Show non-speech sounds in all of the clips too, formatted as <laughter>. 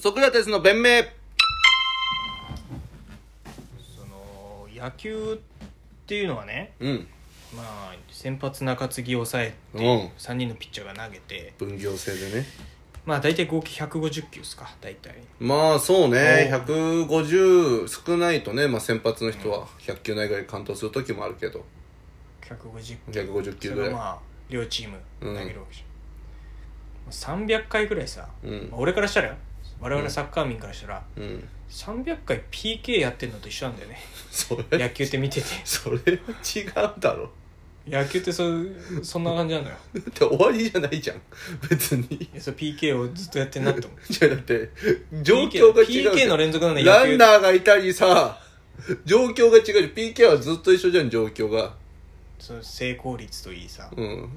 ソクラテスの弁明その野球っていうのはねうんまあ先発中継ぎ抑えうん3人のピッチャーが投げて分業制でねまあ大体合計150球ですか大体まあそうねお150少ないとね、まあ、先発の人は100球内外完投する時もあるけど150球150そ球れぐらがい、まあ両チーム投うんげるわけじゃん、もう300回ぐらいさ、うんまあ俺からしたらよ我々サッカー民からしたら、うん300回 PK やってんのと一緒なんだよね <laughs> そ野れ球って見 <laughs> ててそれは違うだろ野球ってそうそんな感じなのよ <laughs> だって終わりじゃないじゃん別にいやそう PK をずっとやってんなと思う <laughs> じゃだって状況が違うじゃん PK の連続なんだラ野球ンナーがいたりさ状況が違うじゃん PK はずっと一緒じゃん状況がその成功率といいさ、うん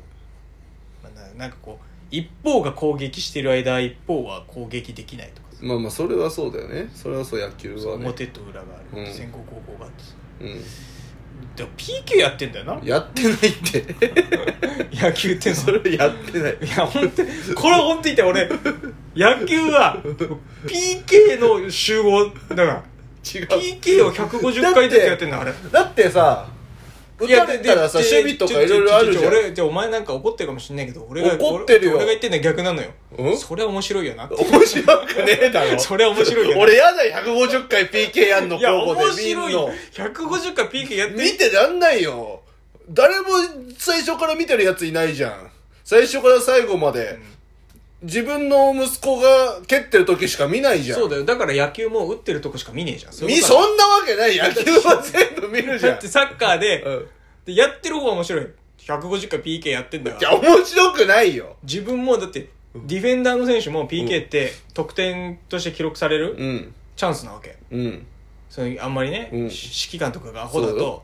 まあななんかこう一方が攻撃してる間一方は攻撃できないとかさまあまあそれはそうだよねそれはそう野球はね表と裏があうる、ん先行後攻があってさうでも PK やってんだよなんやってないって野球ってそそれれやってないいや本当にこれ本当に言って俺野球は PK の集合だから違う PK を150回ずつやってんだあれだってさ打たれたらさい守やで備とかいろいろあるじちょちょちょゃん俺じゃあお前なんか怒ってるかもしんないけど俺が怒ってるよ俺が言ってんのは逆なのようんそれは面白いよなって面白くねえだろそれは面白いよな俺やだよ150回 PK やんのいや交互面で見ん白いよの150回 PK やって見てらんないよ誰も最初から見てるやついないじゃん最初から最後まで、自分の息子が蹴ってる時しか見ないじゃんそうだよだから野球も打ってるとこしか見ねえじゃんそういみうこそとんなわけない野球は全部見るじだゃんだってサッカーで,、うんでやってる方が面白い150回 PK やってんだかいやら面白くないよ自分もだってディフェンダーの選手も PK って得点として記録される、うんチャンスなわけうんそのあんまりね、うんし指揮官とかがアホだそうだよと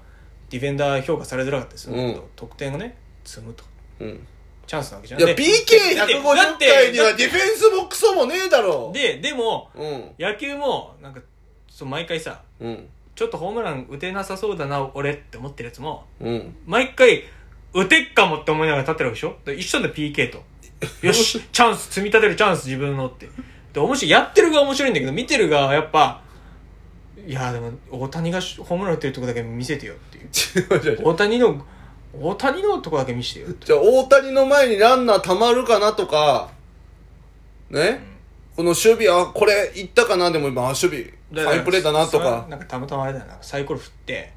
ディフェンダー評価されづらかったりするんだけど、うん得点をね積むとうんチャンスなわけじゃんいや、で PK150 だって回にだはってディフェンスもクソもねえだろ。ででもうん。野球もなんかそう毎回さうん。ちょっとホームラン打てなさそうだな俺って思ってるやつもうん。 <laughs> 毎回打てっかもって思いながら立ってるわけでしょで一緒なんだよ PK とよしチャンス積み立てるチャンス自分のってで面白いやってる側面白いんだけど見てる側はやっぱいやでも大谷がホームラン打ってるとこだけ見せてよっていう違う違う違う大谷の大谷のとこだけ見せてよってじゃあ、大谷の前にランナー溜まるかなとか、ね、この守備、あ、これいったかなでも今、あ守備、ファインプレーだなとさか。なんかたまたまあれだよなサイコロ振って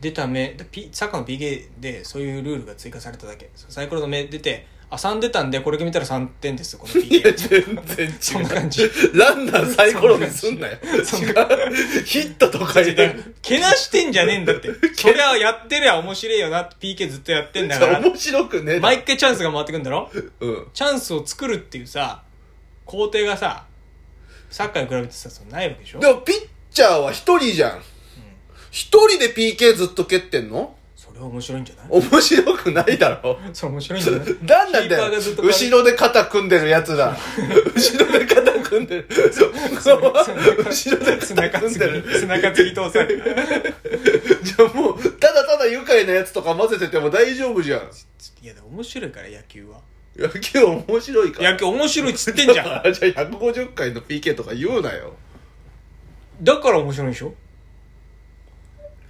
出た目でピサッカーの PK でそういうルールが追加されただけそうサイコロの目出てあ3出たんでこれ見たら3点ですこのいや、 PK <laughs> 全然そんな違う。感じランナーサイコロにすんなよ。そん違なう。ヒットとか入れる。けなしてんじゃねえんだって <laughs> そりゃやってりゃ面白いよな PK ずっとやってんだじか <laughs> ゃあら面白くねえだろ。毎回チャンスが回ってくんだろうん。チャンスを作るっていうさ工程がさサッカーに比べてさそのないわけでしょでも、ピッチャーは一人じゃん。一人で PK ずっと蹴ってんのそれは面白いんじゃない面白くないだろ。 <laughs> それ面白いんじゃないなんなんキーだパーよがずっと後ろで肩組んでるやつだ後ろで肩組んでるその <laughs> 後ろで肩砂か組んつでるぎ砂かつぎ搭載じゃあもうただただ愉快なやつとか混ぜてても大丈夫じゃんいやでも面白いから野球は野球面白いから野球面白いっつってんじ <laughs> ゃんじゃあ150回の PK とか言うなよだから面白いんでしょ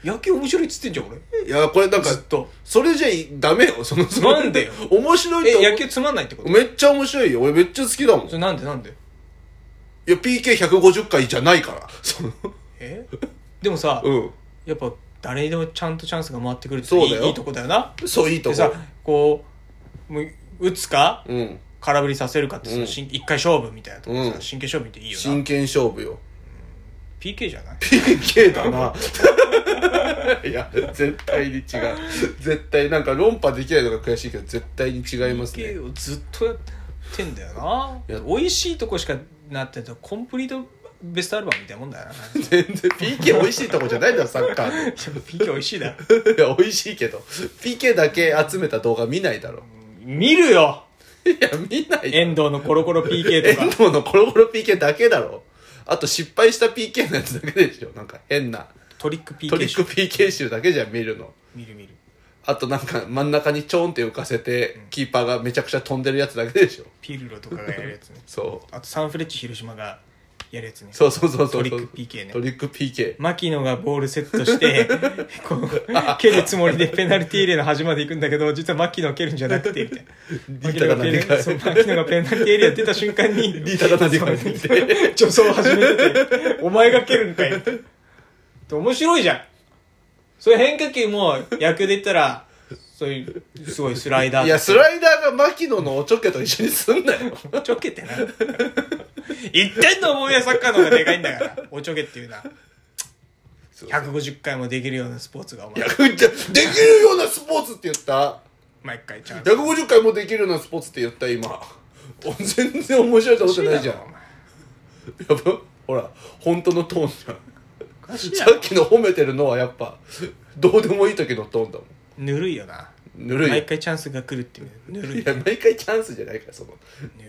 野球面白いっつってんじゃん俺いやこれなんかずっとそれじゃダメよそのそのなんでよ面白いとえ思野球つまんないってことめっちゃ面白いよ俺めっちゃ好きだもんいそれなんでなんでや PK150 回じゃないから <laughs> そのえでもさ、うんやっぱ誰にでもちゃんとチャンスが回ってくるっていそういだよいいとこだよなそういいとこでさこうもう打つかうん空振りさせるかってその、うんしん、一回勝負みたいなとこさ、うん真剣勝負っていいよな真剣勝負よ PK じゃない PK だな。 <laughs> いや、絶対に違う。絶対、なんか論破できないのが悔しいけど、絶対に違いますね。 PK をずっとやってんだよ <laughs> ないや美味しいとこしかなってんとコンプリートベストアルバムみたいなもんだよないや全然 PK 美味しいとこじゃないだろ、サッカー <laughs> PK 美味しいだろで。いや、美味しいけど。PK だけ集めた動画見ないだろ。見るよいや、見ないよ。遠藤のコロコロ PK と遠か藤のコロコロ PK だけだろ。あと失敗した PK のやつだけでしょ。なんか変な。トリックト PK リック PK 集だけじゃん見るの。見る見るあとなんか真ん中にちょんって浮かせて、キーパーがめちゃくちゃ飛んでるやつだけでしょ。ピルロとかがやるやつねそう。あとサンフレッチェ広島がやるやつね。そうそうそうそう。トリック PK ねトリック PK。牧野がボールセッ <laughs> トして、こう、蹴るつもりでペナルティーエリアの端まで行くんだけど、実は牧野は蹴るんじゃなくて、みたいな。リー牧タ野がが何ペかナいそう牧野がペナルティーエリア出た瞬間に、リータが何かい <laughs> そう助走を始めてて、お前が蹴るんかいって。面白いじゃん。そういう変化球も、野球で言ったら、そういう、すごいスライダーとかいや、スライダーが牧野のおちょけと一緒にすんなよ。 <laughs> おちょけてな。一点の重みはサッカーの方がでかいんだから。おちょけっていうな。150回もできるようなスポーツがおい前や、、できるようなスポーツって言った。毎回ちゃんと。 150回もできるようなスポーツって言った、今。お全然面白いと思ってないじゃん。おや前っぱ、ほら、本当のトーンじゃん。おかしいやさろっきの褒めてるのはやっぱ、どうでもいい時のトーンだもん。ぬるいよな。ぬるい。毎回チャンスが来るっていう。ぬるいい。や、毎回チャンスじゃないから、その、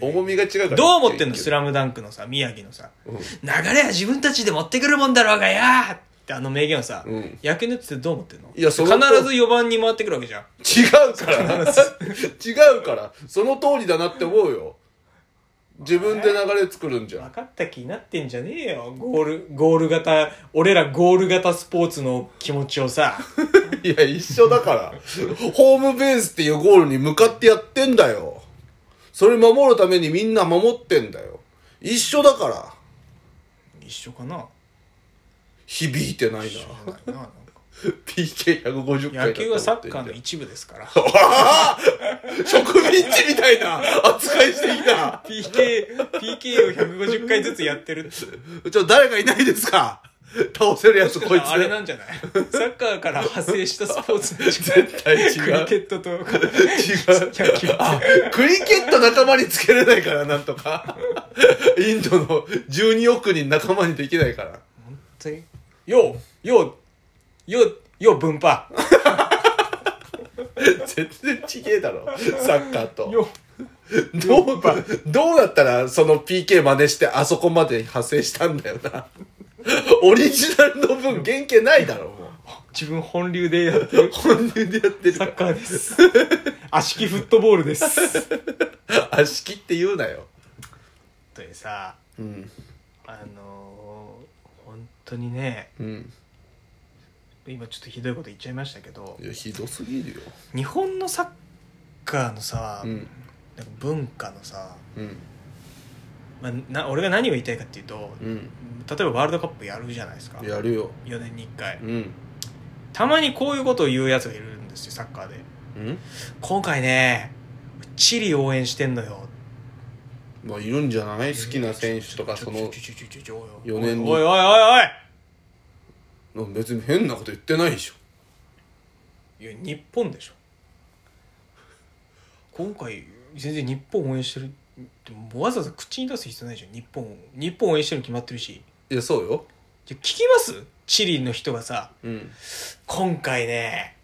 重みが違うから。どう思ってんのスララムダンクのさ、宮城のさ、流れは自分たちで持ってくるもんだろうがよーってあの名言をさ、うん野球のやつってどう思ってんのいやその必ず4番に回ってくるわけじゃん。違うから。違うから。その通りだなって思うよ。自分で流れ作るんじゃ分ん。かった気になってんじゃねえよゴールゴール型俺らゴール型スポーツの気持ちを <laughs> さいや、一緒だから。ホームベースっていうゴールに向かってやってんだよ。それ守るためにみんな守ってんだよ。一緒だから。一緒かな響いてない一緒な。じゃないななんか PK150 回だ野球はサッカーの <laughs> の一部ですから植民地みたいな扱いしてきた。 PK, PK を150回ずつやってるってちょっと誰かいないですか倒せるやつこいつ。あれなんじゃないサッカーから派生したスポー <laughs> ツでしょ絶対違うクリケットとか違う野球ってあ、クリケット仲間につけれないから、なんとか。インドの12億人仲間にできないから。本当にようようようよう分派全然ちげえだろ、サッカーと。よどう、どうだったらその PK 真似してあそこまで派生したんだよな。オリジナルの分原型ないだろ、もう自分本流でやってるう。本流でやってるサかッら。カー <laughs> です。足利フットボールです。足式って言うなよ。というさ、うん。あのー本当にね、うん。今ちょっとひどいこと言っちゃいましたけど、いや、ひどすぎるよ。日本のサッカーのさ、うん。なんか文化のさ、うん。まあ、な俺が何を言いたいかっていうと、うん。例えばワールドカップやるじゃないですか。やるよ。 4年に1回う。ん。たまにこういうことを言うやつがいるんですよ、サッカーで。うん今回ね、チリ応援してんのよ。まあ、いるんじゃない好きな選手とか、ちそょのち、ょちょちょちょ四年においおいおいおい別に変なこと言ってないでしょ。いや日本でしょ今回全然日本応援してるってわざわざ口に出す必要ないじゃん日本を日本応援してるの決まってるしいや、そうよ。じゃ聞きますチリの人がさうん。今回ね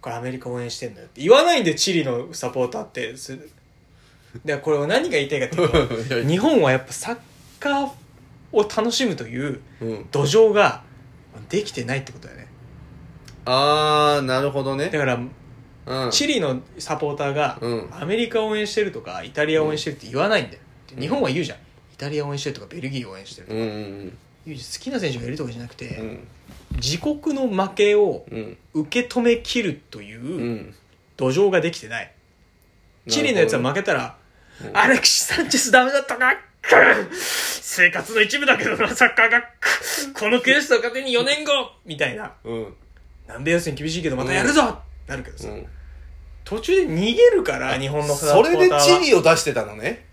これアメリカ応援してんだよって言わないんでチリのサポーターってすでこれを何が言いたいかっ <laughs> ていうと日本はやっぱサッカーを楽しむといううん。土壌ができてないってことだよねあー、なるほどねだ。からうん。チリのサポーターがうんアメリカ応援してるとかイタリア応援してるって言わないんだよ、ん日本は言うじゃんイタリア応援してるとかベルギー応援してるとうか、んうん言うじゃん好きな選手がいるとかじゃなくて、うん。うん。自国の負けをうん。受け止めきるといううん。土壌ができてない、チリのやつは負けたら、アレクシサンチェスダメだったかくっ生活の一部だけどなサッカーがくっこの悔しさを糧に4年後みたいなうん。南米予選厳しいけどまたやるぞ、なるけどさ、うん。途中で逃げるから日本のサそポーターはれでチリを出してたのね。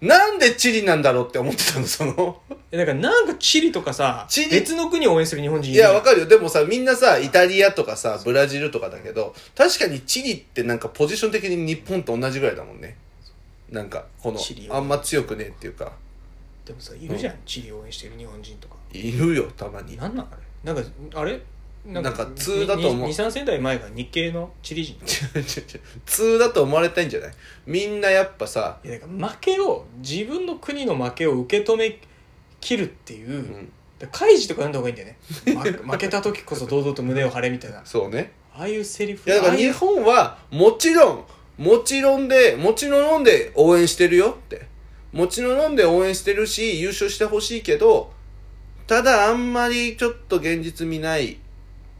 なんでチリなんだろうって思ってたの、その。えだからなんかチリとかさチリ別の国を応援する日本人いや、わかかるよ。でもさ、みんなさ、イタリアとかさ、ブラジルとかだけど、確かにチリってなんかポジション的に日本と同じぐらいだもんね。なんか、このチリ、をあんま強くねえっていうか、でもさいるじゃん、チリ応援してる日本人とかいるよ、たまに。 <laughs> なんなんあれなんかあれなんか通だと思う23世代前が日系のチリ人普通だと思われたいんじゃないみんなやっぱさ、いやだから負けを自分の国の負けを受け止めきるっていう、うん、だから開示とか読んだ方がいいんだよねま負 <laughs> けた時こそ堂々と胸を張れみたいなあそうね。あいうセリフいやだからああい日う本はもちろん、もちろんで、もちろんで応援してるよって。もちろん飲んで応援してるし優勝してほしいけどただあんまりちょっと現実見ない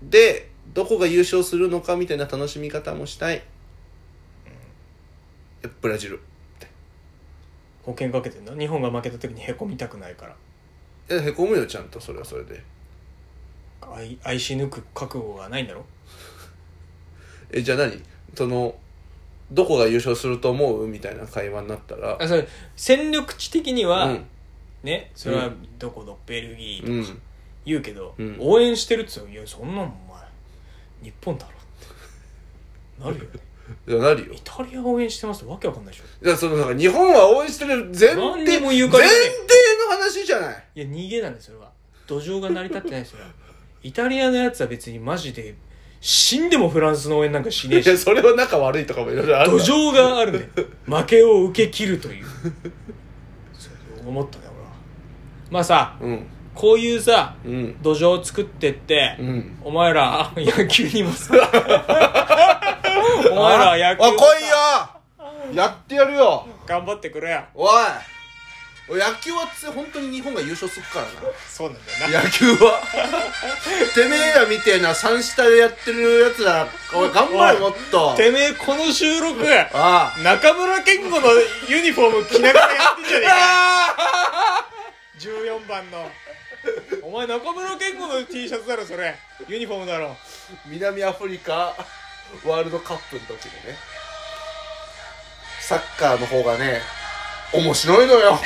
でどこが優勝するのかみたいな楽しみ方もしたいブラジル保険かけてんな日本が負けた時にへこみたくないからえへこむよちゃんとそれはそれで愛愛し抜く覚悟がないんだろえじゃあ何そのどこが優勝すると思うみたいな会話になったらあそれ戦力値的には、うんねそれはうどこのベルギうーとかん言うけど、うん応援してるっつうのいやそんなんお前日本だろってなる <laughs> よねいやなるよイタリア応援してますってわけわかんないでしょいやそのなんか日本は応援してる前提何前に提もの言うからね話じゃないいや逃げなんですそれは土壌が成り立ってないですよイタリアのやつは別にマジで死んでもフランスの応援なんかしねえい <laughs> しやそれは仲悪いとかもいろいろある土わ壌があるね負けを受け切る <laughs> というそう思ったね俺はまあさうんこういうさうん土壌を作ってって、うんお前ら <laughs> 野球に <laughs> もさお前ら野球おいにもさ来いよやってやるよ頑張ってくれよおいおい野球はつ本当に日本が優勝するからなそうなんだよな野球 <laughs> はてめえらみてえな三下でやってるやつらおい頑張れもっとてめえこの収録ああ中村健吾のユニフォーム着ながらやってんじゃね <laughs> えか14番のお前中村健吾の T シャツだろそれユニフォームだろ南アフリカワールドカップの時にねサッカーの方がね面白いのよ